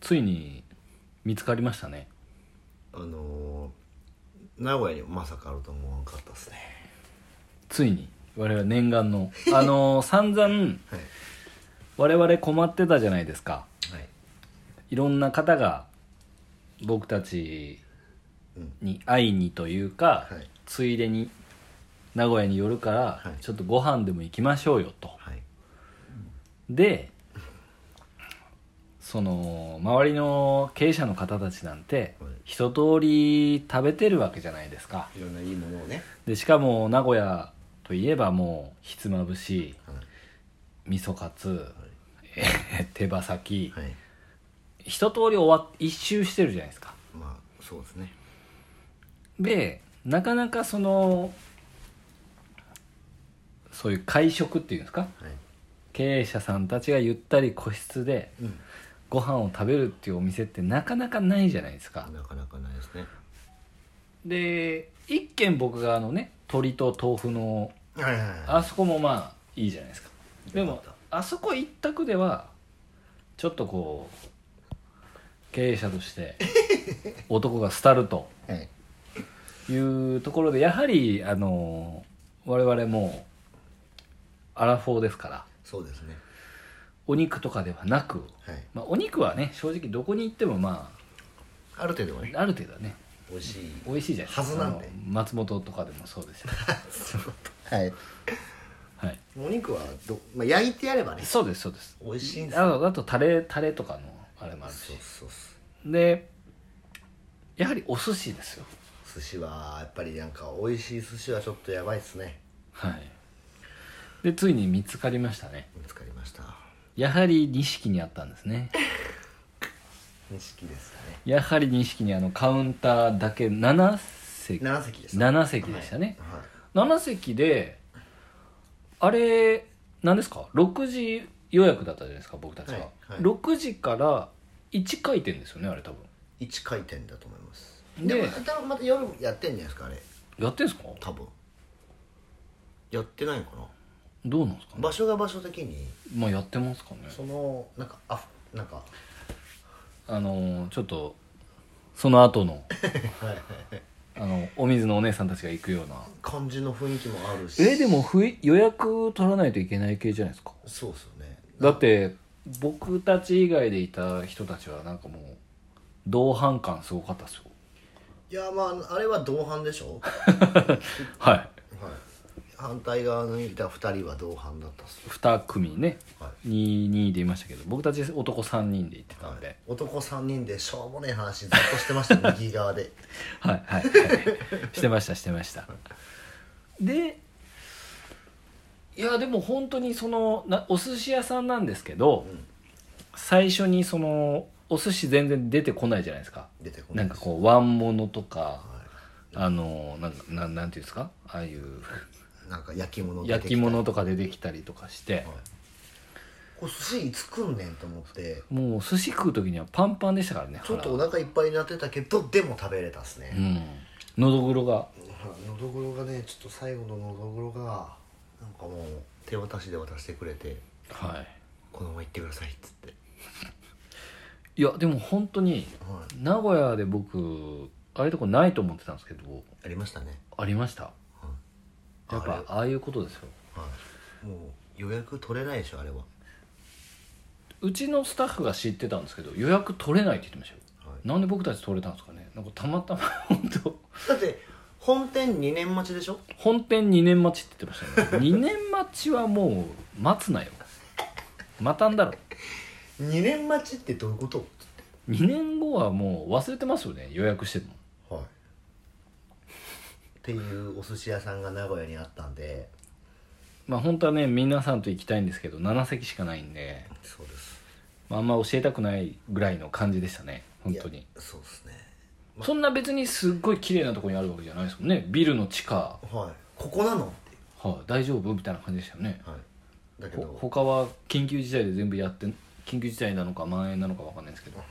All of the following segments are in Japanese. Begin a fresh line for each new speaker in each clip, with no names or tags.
ついに見つかりましたね
あのー、名古屋にまさかあると思わんかったですね
ついに我々念願のあのー 散々
はい
我々困ってたじゃないですか
はい
いろんな方が僕たち
うん
に会いにというか、
はい
ついでに名古屋に寄るから、
はい
ちょっとご飯でも行きましょうよと
はい
でその周りの経営者の方たちなんて
はい
一通り食べてるわけじゃないですか
いろんないいものをね、
でしかも名古屋といえばもうひつまぶし
はい
味噌カツ、 えー手羽先、
はい、
一通り終わっ一周してるじゃないですか
まあそうですね
でなかなかそのそういう会食っていうんですか
はい
経営者さんたちがゆったり個室で
うん
ご飯を食べるっていうお店ってなかなかないじゃないですか
なかなかないですね
で一軒僕があのね鶏と豆腐の
はいはいはい
あそこもまあいいじゃないですかで
よ
も
かっ
あそこ一択ではちょっとこう経営者として 男が廃ると
たはい
いうところでやはりあの我々もアラフォーですから
そうですね
お肉とかではなく、
はい
まあ、お肉はね正直どこに行ってもま
ある程度はね
あある程度はね
美味しい
美味しいじゃないですか
はずなんで
あの松本とかでもそうですよ、
はい
はい、
お肉はど、まあ、焼いてやればね
そうですそうです
美味しいんです
あとあとタレタレとかのあれもあるし
そうそうそ
でやはりお寿司ですよ
う寿司はやっぱりなんか美味しい寿司はちょっとやばいですね
はいでついに見つかりましたね
見つかりました
やはり錦にあったんですね
錦ですかね
やはり錦にあのカウンターだけ7席
7席でした
7席でしたね、
はい、
7席であれ何ですか6時予約だったじゃないですか僕たちは、
はいはい
6時から1回転ですよねあれ多分
1回転だと思います
で
でも多分また夜やってんじゃないですかあれ
やってんすか
多分やってないのかな
どうなんですかね
場所が場所的に
まあやってますかね
そのなんかあなんか
あのーちょっとその後の
はい
あのお水のお姉さんたちが行くような
感じの雰囲気もあるし
えでもふい予約取らないといけない系じゃないですか
そうっすよね
だって僕たち以外でいた人たちはなんかもう同伴感すごかったですよ
いやまああれは同伴でしょ
はい
はい反対側にいた2人は同伴だったっすよ
2組ね
は
22でいましたけど僕たち男3人で行ってたん
い、
で
男3人でしょうもねえ話ずっとしてました右側で
はいはい、はい、してましたしてましたでいやでも本当にそのなお寿司屋さんなんですけど、
うん
最初にそのお寿司全然出てこないじゃないですか
出てこ
な
ない
んかこう椀物とか
は
あのなんかなんなんていうんですかああいう
いなんか焼き物出てきた
焼き物とか出てきたりとかして
はい、これ寿司いつ来んねんと思って
もう寿司食う時にはパンパンでしたからね
ちょっとお
腹
腹いっぱいになってたけどでも食べれたっす
う
ね、
ん喉黒が
のどぐろがねちょっと最後ののどぐろがなんかもう手渡しで渡してくれて
は
このまま行ってくださいっつって、
いいやでも本当に
はい、
名古屋で僕ああいうとこないと思ってたんですけど
ありましたね、
ありました
うん
やっぱああいうことですよ
はい、もう予約取れないでしょあれは、は
うちのスタッフが知ってたんですけど予約取れないって言ってましたよ
い、
なんで僕たち取れたんですかねなんかたまたま本当
だって本店2年待ちでしょ
本店2年待ちって言ってましたね2年待ちはもう待つなよ待たんだろ
2年待ちってどういうこと
2年後はもう忘れてますよね予約しても
はいっていうお寿司屋さんが名古屋にあったんで
まあ本当はね皆さんと行きたいんですけど7席しかないんで、
そうです
まあ、あんま教えたくないぐらいの感じでしたね本当
い
に
やそうですねま
そんな別にすっごい綺麗なところにあるわけじゃないですもんねビルの地下、
はいここなのっていう
はい大丈夫みたいな感じでしたよね
はいだけど、
ほ他は緊急事態で全部やってん緊急事態なのか蔓延なのか分かんないですけど
は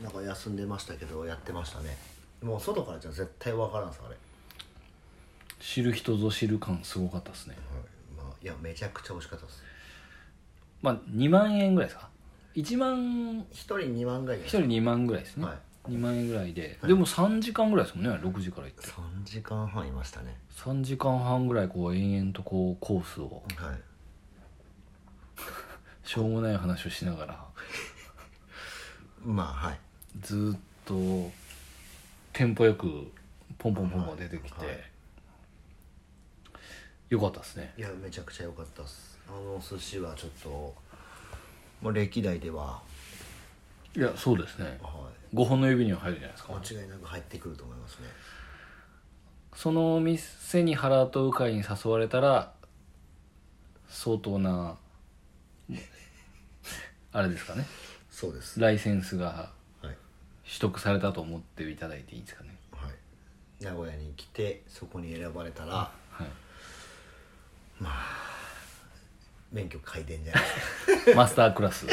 い、なんか休んでましたけどやってましたねもう外からじゃ絶対わからんすあれ、はい、
知る人ぞ知る感すごかったですね
まあいやめちゃくちゃ美味しかったです
まあ2万円ぐらいですか1万
一人2万ぐらい
1
で
人2万ぐらいですね、
はい
2万円ぐらいで、
はい
でも3時間ぐらいですもんね6時から行って
3時間半いましたね
3時間半ぐらいこう延々とこうコースを
はい
しょうもない話をしながら
まあはい
ずーっとテンポよくポンポンポンポン出てきて、
はい
よかったですね
いやめちゃくちゃ良かったっすあの寿司はちょっともう歴代では、
いやそうですね
は
5本の指には入るじゃないです
い、
か
間違いなく入ってくると思いますね
そのお店に原と鵜飼に誘われたら相当なあれですかね
そうです
ライセンスが
はい、
取得されたと思っていただいていいですかね
はい、名古屋に来てそこに選ばれたら
はい
免許改伝じゃない
マスタークラ ス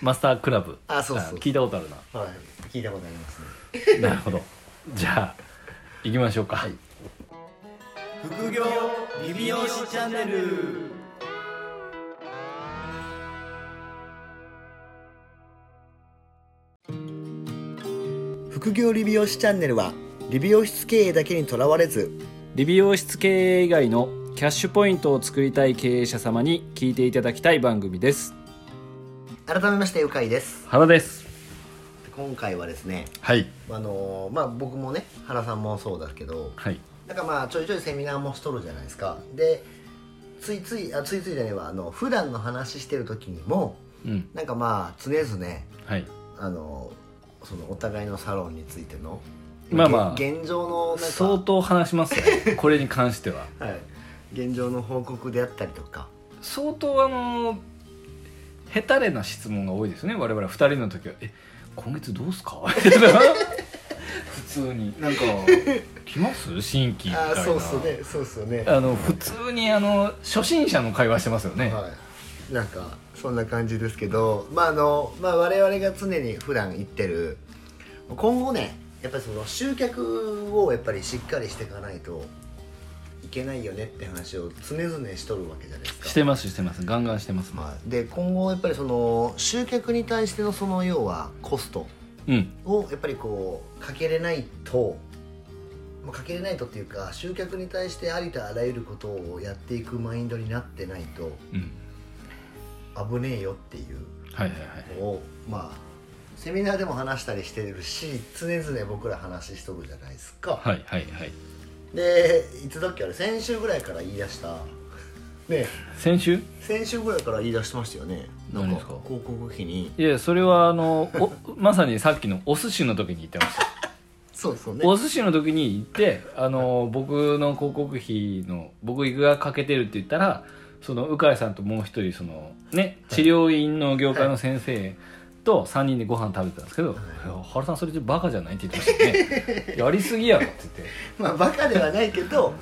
マスタークラブ
あそうそう
聞いたことあるな
はい聞いたことありますね
なるほど。じゃあ、行きましょうか。
副業リビオシチャンネル副業理美容師チャンネルは理美容室経営だけにとらわれず
理美容室経営以外のキャッシュポイントを作りたい経営者様に聞いていただきたい番組です。
改めましてうかいです
原です。
今回はですね
はい。
あのーまあ僕もね原さんもそうだけど
はい。
なんかまあちょいちょいセミナーもしとるじゃないですかでついついあついついじゃねえわあの普段の話してる時にも
うん。
なんかまあ常々ね
はい。
あのそのお互いのサロンについての
まあまあ
げ現状のなんか
相当話しますよ。 これに関しては。
はい、現状の報告であったりとか
相当あの、ヘタレな質問が多いですね。我々二人の時は。え、今月どうすか みたいな普通に。なんか、来ます新規みたい
あ
な。
あそうっすねそうっすね
あの普通にあの初心者の会話してますよね、
はいなんかそんな感じですけどまああの、まあ、我々が常に普段言ってる今後ねやっぱりその集客をやっぱりしっかりしていかないといけないよねって話を常々しとるわけじゃないですか
してますしてますガンガンしてます、
はい、で今後やっぱりその集客に対してのその要はコスト
うん
をやっぱりこうかけれないとまあかけれないとっていうか集客に対してありとあらゆることをやっていくマインドになってないと
うん
危ねえよっていう
はいはいはい
のをまあセミナーでも話したりしてるし常々僕ら話しとるじゃないですか、
はいはいはい
でいつだっけあれ先週ぐらいから言い出したね
先週
先週ぐらいから言い出してましたよねなん
何
か
ですか
広告費に
いやそれはあのお まさにさっきのお寿司の時に言ってました、
そうそう
お寿司の時に行ってあの僕の広告費の僕がかけてるって言ったらその鵜飼さんともう一人そのね治療院の業界の先生と3人でご飯食べてたんですけど「
い
いや原さんそれじゃバカじゃない?」って言ってました よね「やりすぎやろ」って言って
まあバカではないけど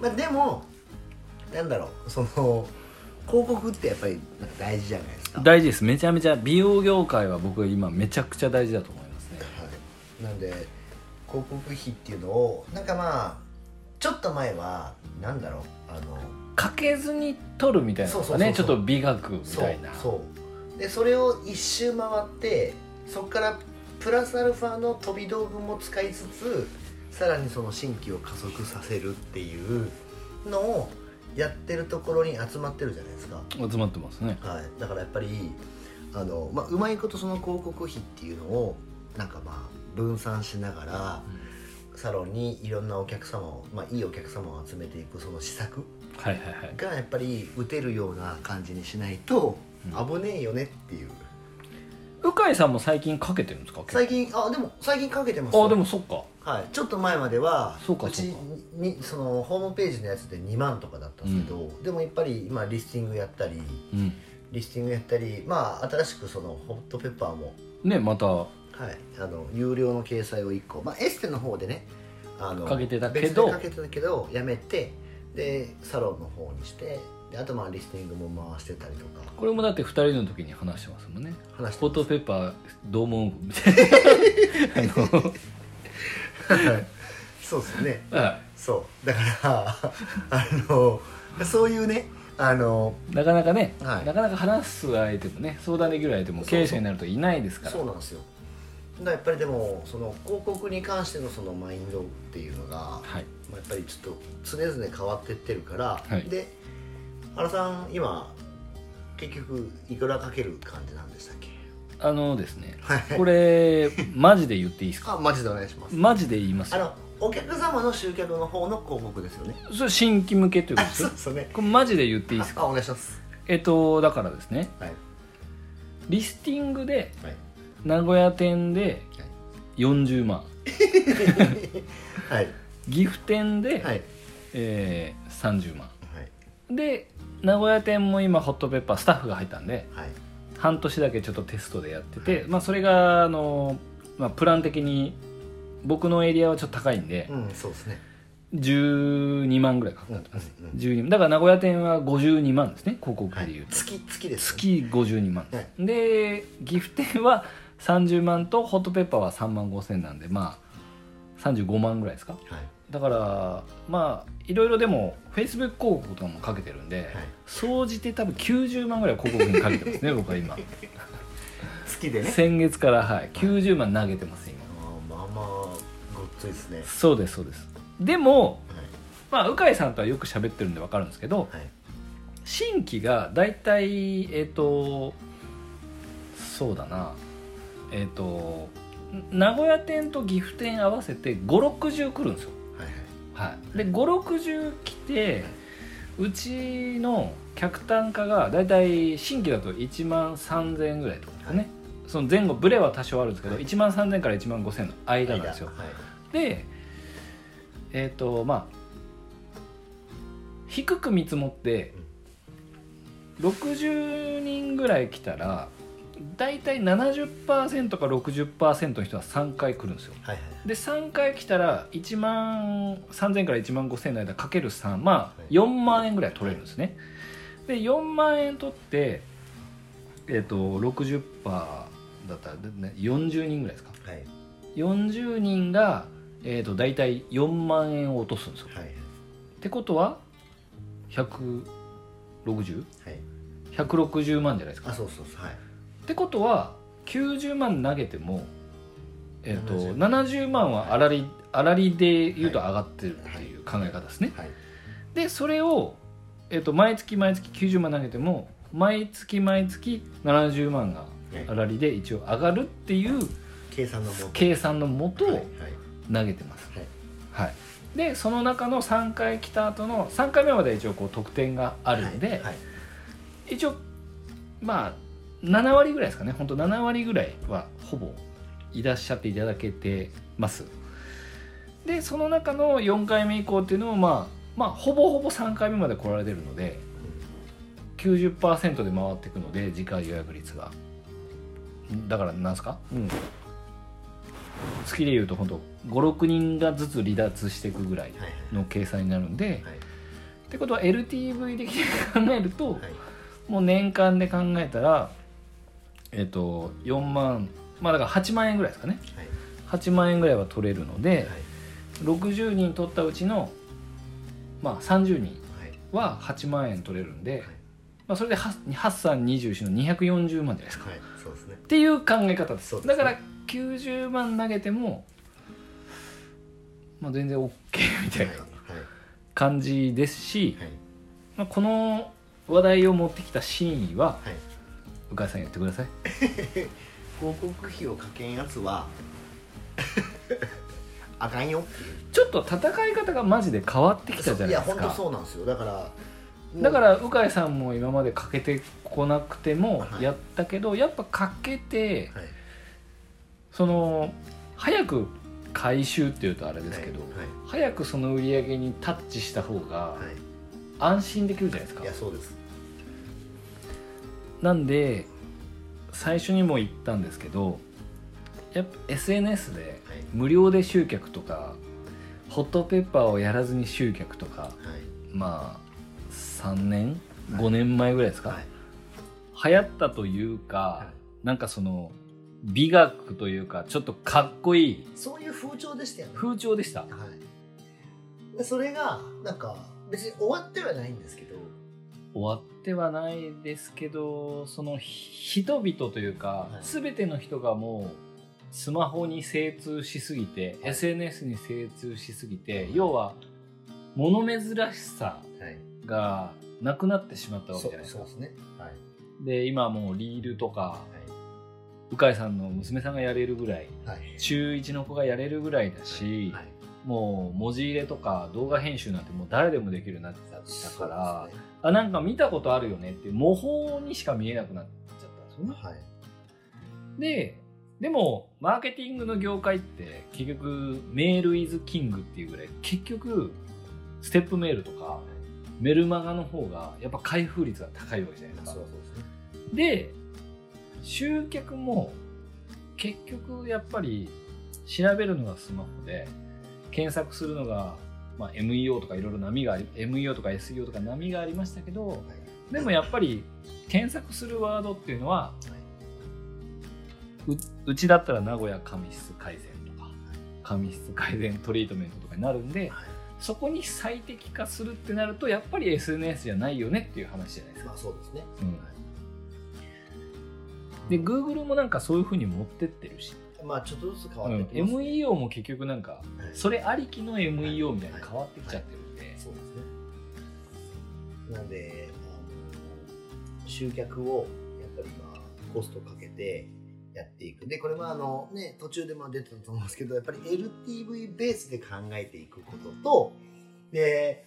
まあでもなんだろうその広告ってやっぱりなんか大事じゃないですか、は
大事ですめちゃめちゃ美容業界は僕今めちゃくちゃ大事だと思いますね
い、なんで広告費っていうのをなんかまあちょっと前はなんだろうあの
かけずに取るみたいなの
そうそ
が
うそう
ね
そ
ちょ
う
っと美学み
そ
た
う
いな
そうでそれを一周回ってそこからプラスアルファの飛び道具も使いつつさらにその新規を加速させるっていうのをやってるところに集まってるじゃないですか
集まってますね
はい、だからやっぱりあの、まあ、うまいことその広告費っていうのをなんかまあ分散しながらサロンにいろんなお客様を、まあ、いいお客様を集めていくその施策
はいはいはい
がやっぱり打てるような感じにしないと危ねえよねっていう、
鵜飼さんも最近かけてるんですか
最近あでも最近かけてますよ
あでもそっか
はい、ちょっと前までは
そうか
ち
そうか
にそのホームページのやつで2万とかだったんですけど、でもやっぱり今リスティングやったり
うん
リスティングやったりまあ新しくそのホットペッパーも
ねまたは
はい、あの有料の掲載を1個、まあ、エステの方でねあの
かけてたけど
別でかけてたけどやめてでサロンの方にしてであとまあリスティングも回してたりとか
これもだって2人の時に話してますもんね
話して
フォト
ま
ペッパーどう思うみたい なあの
すそうですね
は
そうだからあのそういうねあの
なかなかね、
はい
なかなか話す相手もね相談できる相手も
そうそう
経営者になるといないですから
そうなんですよだからやっぱりでもその広告に関してのそのマインドっていうのが、
はい
まあやっぱりちょっと常々変わってってるから、
はい
で原さん今結局いくらかける感じなんでしたっけ
あのですね
はい
これマジで言っていいですか
あマジでお願いします
マジで言います
あ
よ
のお客様の集客の方の広告ですよね
それ新規向けというこ
あ
とです
そう
よ
ですね
これマジで言っていいですか
あお願いします
えっとだからですね
はい
リスティングで
はい
名古屋店で40万
はい
岐阜店で、
はい
えー30万
はい
で名古屋店も今ホットペッパースタッフが入ったんで
はい
半年だけちょっとテストでやってて、まあ、それがあの、まあ、プラン的に僕のエリアはちょっと高いんで、
うんそうですね
12万ぐらいか
う
か
んう
っ
ん
てます、
うん
12万だから名古屋店は52万ですね広告
は
費でいう
い
と、
月月ですね
月52万、
はい
でギフ店は30万とホットペッパーは3万5千なんでまあ35万ぐらいですか
はい
だからまあいろいろでもフェイスブック広告とかもかけてるんで、
はい
総じて多分90万ぐらい広告にかけてます ね僕は今
月でね
先月からはい90万投げてます今
あーまあまあごっついですね
そうですそうですでも
は
まあ鵜飼さんとはよく喋ってるんで分かるんですけど
いはい
新規が大体えっ、とそうだなえっ、と名古屋店と岐阜店合わせて560来るんですよ
はいはい
はい、で560来てうちの客単価がだいたい新規だと1万3000円ぐらいってことかね、
は
その前後ブレは多少あるんですけど、
はい
1万3000から1万5000の間なんですよ
はい
でえっ、とまあ低く見積もって60人ぐらい来たらだいたい70%か60%の人は3回来るんですよ
はいはい
で3回来たら1万3000から1万5000の間かける3まあ
はい
4万円ぐらい取れるんですね、で4万円取ってえっ、と60%だったら、ね、40人ぐらいですか
はい
40人が、えー、と大体4万円を落とすんですよ
はい
ってことは 160?160
はい
万じゃないですか
あそうそうそうはい
ってことは90万投げても、えー、と 70,
70
万は粗利粗利で言うと上がってるっていう考え方ですね、
はい
でそれを、えー、と毎月毎月90万投げても毎月毎月70万が粗利で一応上がるっていう
計算のもと
計算のもと
はいはい
投げてます
はい
はいでその中の3回来た後の3回目までは一応こう得点があるんで、
はいはい
一応まあ7割ぐらいですかね本当7割ぐらいはほぼいらっしゃっていただけてますでその中の4回目以降っていうのもまあまあほぼほぼ3回目まで来られてるので90%で回っていくので次回予約率がだからなんですかうん月で言うと本当56人がずつ離脱していくぐらい
はい
の計算になるんで、
はい
ってことは LTV 的に考えると、
はい
もう年間で考えたらえっ、と4万まあだから8万円ぐらいですかね
はい
8万円ぐらいは取れるので
は、
60人取ったうちのまあ30人
い
は8万円取れるんで、
はい
まあ、それで8324の240万じゃないですか、
はいそうですね
っていう考え方です
そうです
だ
ね
から90万投げても、まあ、全然 OK みた
はい
い
は
ない感じですし、
はい
まあ、この話題を持ってきた真意は
はい
鵜飼さん言ってください
広告費をかけんやつはあかんよっていう
ちょっと戦い方がマジで変わってきたじゃないです
や本当
か
そうなんですよだから
だから鵜飼さんも今までかけてこなくても
はい
やったけど、やっぱかけて
はい
その早く回収っていうとあれですけど、
はい
早くその売り上げにタッチした方が
はい、は
安心できるじゃないですか、
い、いやそうです
なんで最初にも言ったんですけどやっぱ SNS で
はい
無料で集客とかホットペッパーをやらずに集客とか
はい
まあ3年5年前ぐらいですか、
はい
流行ったというか、なんかその美学というかちょっとかっこいい
そういう風潮でしたよね
風潮でした
はいでそれがなんか別に終わってはないんですけど
終わってはないですけどその人々というか、
はい
全ての人がもうスマホに精通しすぎて、
はい
SNS に精通しすぎて、
はい
要は物珍しさ
はい
がなくなってしまったわけ
そ
じゃない
う
です
そう
か
ですねはい
で今もうリールとか
は
鵜飼さんの娘さんがやれるぐらい
いはい
中1の子がやれるぐらいだし、
はい
もう文字入れとか動画編集なんてもう誰でもできるようになってただから、
そうですね
あなんか見たことあるよねっていう模倣にしか見えなくなっちゃったんですよね。
はい
ででもマーケティングの業界って結局メールイズキングっていうぐらい結局ステップメールとかメルマガの方がやっぱ開封率が高いわけじゃないですか。
そうそうですね
で集客も結局やっぱり調べるのがスマホで検索するのが、まあ、MEO とかいろいろ波があり MEO とか SEO とか波がありましたけど
はい
でもやっぱり検索するワードっていうのはううちだったら名古屋髪質改善とか髪質改善トリートメントとかになるんで
はい
そこに最適化するってなるとやっぱり SNS じゃないよねっていう話じゃないですか。
まあそうですね
うん
は
で Google もなんかそういうふうに持ってってるし
いまあちょっとずつ変
う
わ
ん
ってきますね
MEO も結局なんか
はい
それありきの MEO みたいに変わってきちゃってるんで、
そうですね。なんで、あの集客をやっぱりまあコストかけてやっていく。で、これはあのね、途中でも出てたと思うんですけど、やっぱり LTV ベースで考えていくことと、で、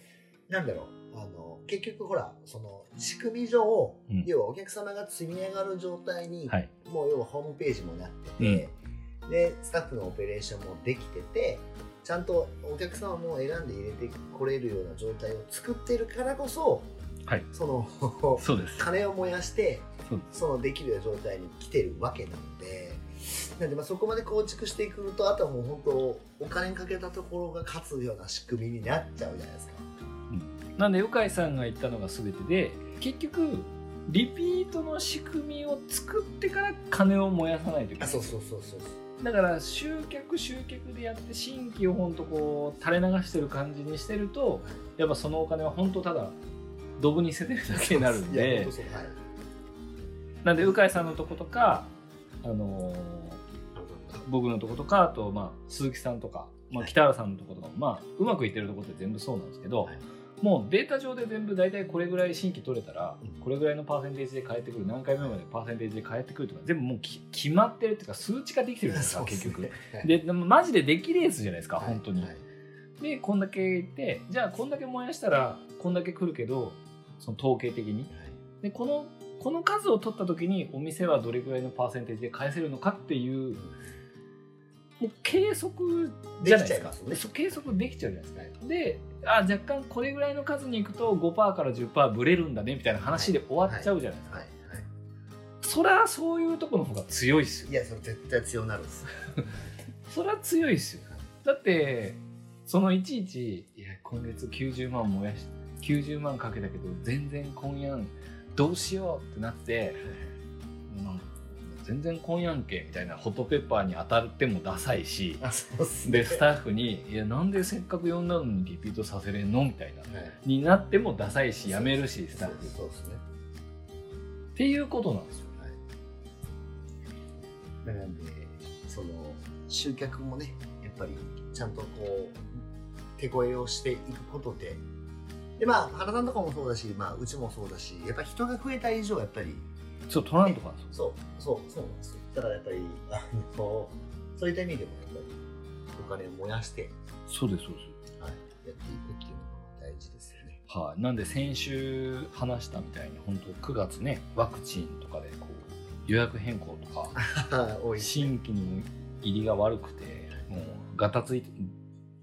なんだろう、あの、結局ほら、その仕組み上、
うん
要はお客様が積み上がる状態に、
はい
もう要はホームページもなってて、でスタッフのオペレーションもできててちゃんとお客様も選んで入れてこれるような状態を作ってるからこそ、
はい
その
そうです
金を燃やして
そうで
そのできるような状態に来てるわけなので。なんでまあそこまで構築していくとあとはもう本当お金かけたところが勝つような仕組みになっちゃうじゃないですか。
なんで鵜飼さんが言ったのが全てで結局リピートの仕組みを作ってから金を燃やさないといけな
あ
い
そうそうそうそう
だから集客集客でやって新規をほんとこう垂れ流してる感じにしてるとやっぱそのお金は本当ただドブに捨ててるだけになるん
いや
で
本当そうはい
なんで鵜飼さんのとことかあのー僕のとことかあと、まあ、鈴木さんとか、まあ、
はい
北原さんのとことかも、まあ、うまくいってるところって全部そうなんですけど、
はい
もうデータ上で全部大体これぐらい新規取れたら、
うん
これぐらいのパーセンテージで返ってくる何回目までパーセンテージで返ってくるとか全部もうき決まってるっていうか数値化できてるん ですか、結局。ででもマジでできレースじゃないですか、本当に。
はい
でこんだけいってじゃあこんだけ燃やしたらこんだけ来るけどその統計的に。
はい
でこのこの数を取った時にお店はどれぐらいのパーセンテージで返せるのかっていうもう計測じゃないですか
できちゃいますね
そう計測できちゃうじゃないですか、であ若干これぐらいの数にいくと5%から10%ブレるんだねみたいな話で終わっちゃうじゃないですか、
はいはい
そりゃそういうとこの方が強いっすよ
いやそれ絶対強なるんです
そりゃ強いっすよ
はい
だってそのいちいちいや今月90万燃やし90万かけたけど全然今夜んどうしようってなって、うん全然今夜んけみたいなホットペッパーに当たってもダサいし
あそうっす
でスタッフに「いやなんでせっかく呼んだのにリピートさせれんの?」みたいな
はい
になってもダサいしやめるしスタ
そう
ッフ
そうですね
っていうことなんですよ
はいなんでその集客もねやっぱりちゃんとこう手こえをしていくことででまあ原さんとかもそうだし、まあ、うちもそうだしやっぱ人が増えた以上やっぱり
そう取らんとかなんですよ
そうそうそうなんですよだからやっぱりあのそういった意味でもやっぱりお金を燃やして
そうですそうです
やっていくっていうのが大事ですよね
はい、なんで先週話したみたいに本当9月ねワクチンとかでこう予約変更とか
多いし
新規に入りが悪くてもうガタついて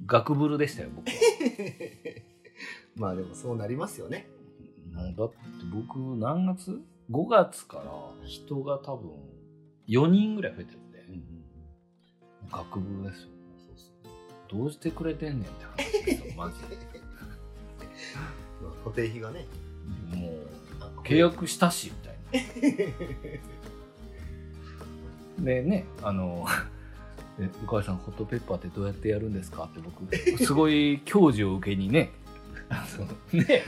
ガクブルでしたよ僕は
まあでもそうなりますよね
もうだって僕何月 ?5 月から人が多分4人ぐらい増えてるんでガクブルですよどうしてくれてんねんって話ですよ マジで
まあ固定費がね
もう契約したしみたいなでねあの 「え鵜飼さんホットペッパーってどうやってやるんですか?」って僕すごい教授を受けにねあのね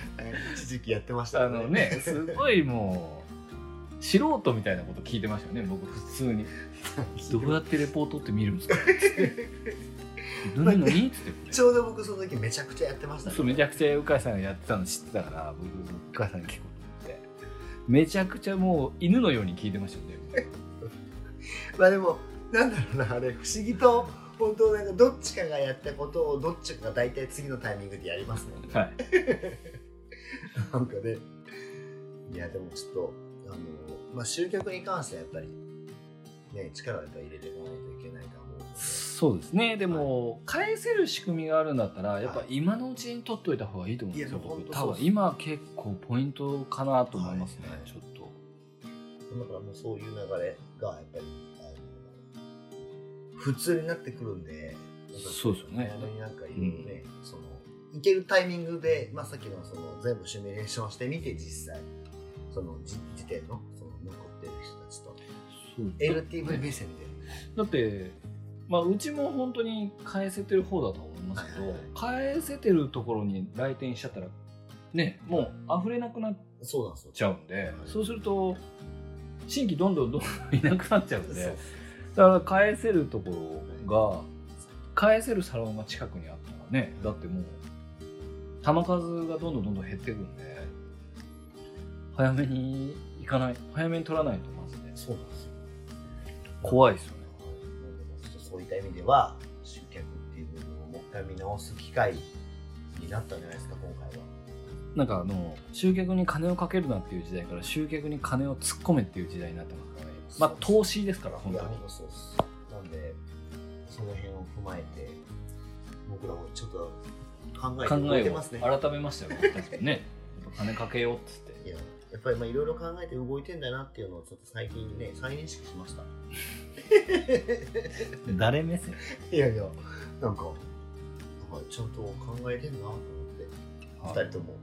一時期やってました
あの ねすごいもう素人みたいなこと聞いてましたよね僕普通にどうやってレポートって見るん ですか何何っつって
ちょうど僕その時めちゃくちゃやってましたね
そうめちゃくちゃ鵜飼さんがやってたの知ってたから僕鵜飼さんに聞こうと思ってめちゃくちゃもう犬のように聞いてましたよね
まあでもなんだろうなあれ不思議と本当なんかどっちかがやったことをどっちかが大体次のタイミングでやりますもんね
はい
なんかねいやでもちょっとあの、まあ、集客に関してはやっぱりね力をやっぱ入れていかないといけないと思うので
そうですねでも、返せる仕組みがあるんだったらやっぱ今のうちに取っといた方がいいと思うんですよ、
いや本
僕
当
多
そう
分今結構ポイントかなと思いますね、
はいはい
ちょっと
だからもうそういう流れがやっぱりあの普通になってくるんで
そうですよね
早めになんかいろいろね、そのいけるタイミングで、まあ、さっきのその全部シミュレーションしてみて実際その時時点のその残ってる人たちと LTV 目線で
だって、まあ、うちも本当に返せてる方だと思いますけど返せてるところに来店しちゃったらねもう溢れなくなっ
そうなんですよ
ちゃうんで、
はい
そうすると新規どんどんどんどんいなくなっちゃうんで
そう
だから返せるところが返せるサロンが近くにあったらねだってもう球数がどんどんどんどん減っていくんで早めに行かない早めに取らないとまずね
そうなんですよ
怖いですよね
そういった意味では集客っていう部分をもう一回見直す機会になったんじゃないですか今回は
なんかあの集客に金をかけるなっていう時代から集客に金を突っ込めっていう時代になってますからねまあ投資ですから本
いや
当に
本当そうっすなんでその辺を踏まえて僕らもちょっと考えて動
考
いて
え
ますね
を改めましたよ僕たちもねやっぱ金かけようっつって
いややっぱりまあいろいろ考えて動いてんだなっていうのをちょっと最近ね再認識しました
誰目線
いやいやなんかなんかちゃんと考えてんなと思って2人とも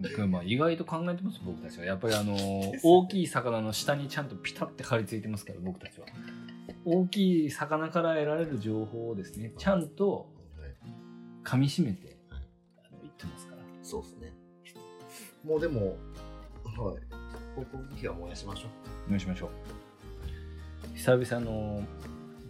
僕まあ意外と考えてます僕たちはやっぱりあ の大きい魚の下にちゃんとピタッて張り付いてますから僕たちは大きい魚から得られる情報をですねちゃんと
はい
噛みしめて
はい
あの言ってますから
そうですねもうでもはい広告費は燃やしましょう
お願いしましょう久々の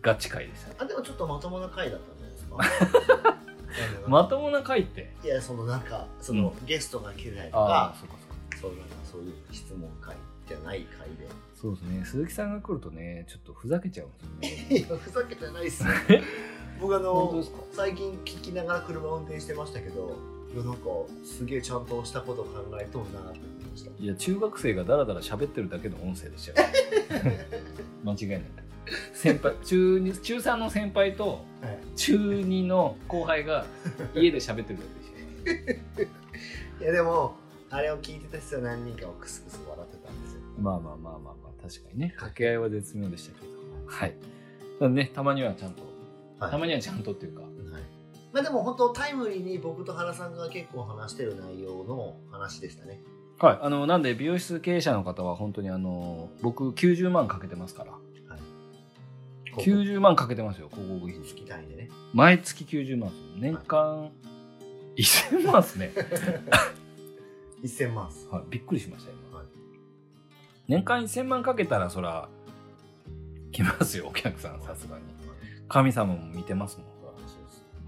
ガチ会でしたね
あでもちょっとまともな回だったんじゃないですか なんか
まともな回って
いやそのなんかその、ゲストが来てないと
ああ
か
そうかそうか
そうなんかそういう質問会じゃない会で
そうですね鈴木さんが来るとねちょっとふざけちゃうんですよね
いやふざけてないっすよ 僕あ
本当で
の
すか
最近聞きながら車運転してましたけどいやなんかすげえちゃんとしたことを考えとんなって思いました
いや中学生がだらだら喋ってるだけの音声で したよ間違いない先輩中二中3の先輩と
はい
中2の後輩が家で喋ってるだけでし
いやでもあれを聞いてた人は何人かをクスクス笑ってたんですよ
たまあまあまあまあまあ確かにね掛け合いは絶妙でしたけどはいなんでねたまにはちゃんと
はい
たまにはちゃんとっていうか
はいまあ、でも本当タイムリーに僕と原さんが結構話してる内容の話でしたね
はい、あのなんで美容室経営者の方は本当にあの僕90万かけてますから90万かけてますよ広告費に
広告単位でね
毎月90万ですよ年間1000万です ね、
1000万っす
はい、びっくりしました今、
はい
年間1000万かけたらそら来ますよお客さんさすがに神様も見てますもん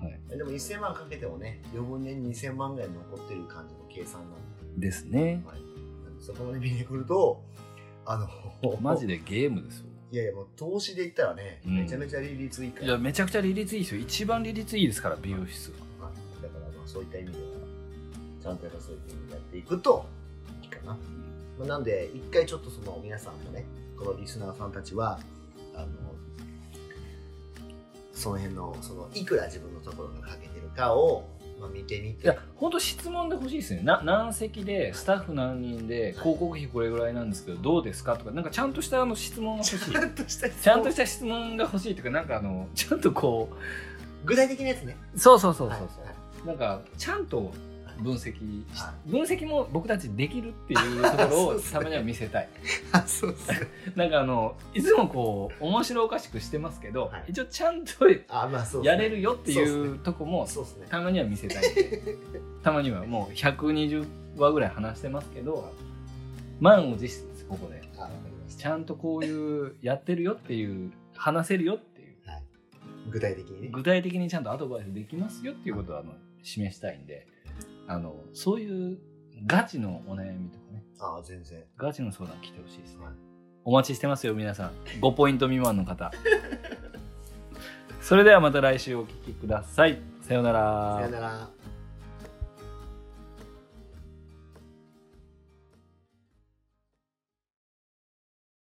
はい
は、
でも1000万かけてもね余分に2000万ぐらい残ってる感じの計算なん
ですね
で、はい、なんでそこまで見てくるとあの
マジ
で
でゲームですよ
いやいやもう投資で言ったらね、
うん
めちゃめちゃ利率いいか
い
ら
やめちゃくちゃ利率いいですよ一番利率いいですから美容室は
はいだからまあそういった意味ではちゃんとやっぱそういうふうにやっていくといいかな、まあ、なんで一回ちょっとその皆さんもねこのリスナーさんたちはあのその辺のそのいくら自分のところがかけてるかを、まあ、見てみ
い
て
や本当質問で欲しいですねな何席でスタッフ何人で広告費これぐらいなんですけどどうですかとかなんかちゃんとしたあの質問が欲しい
ちゃんとした
ちゃんとした質問が欲しいというかなんかあのちゃんとこ
具体的なやつね
うそうそうそう
はい
なんかちゃんと分析し
は
分析も僕たちできるっていう ところ
そう
を
っすね
たまには見せたい
あそうっすね
なんかあのいつもこう面白おかしくしてますけど、
はい
一応ちゃんと
あまあそうっすね
やれるよって
そうっ
い
す
う
ね
とこも
そうですね
たまには見せたいんでたまにはもう120話ぐらい話してますけど満を持してですここで
あわかりまし
ちゃんとこういうやってるよっていう話せるよっていう
た、はい、具体的にね
具体的にちゃんとアドバイスできますよっていうことをあの示したいんであのそういうガチのお悩みとかね
ああ全然
ガチの相談来てほしいですね
はい
お待ちしてますよ皆さん5ポイント未満の方それではまた来週お聞きくださいさよう
さよなら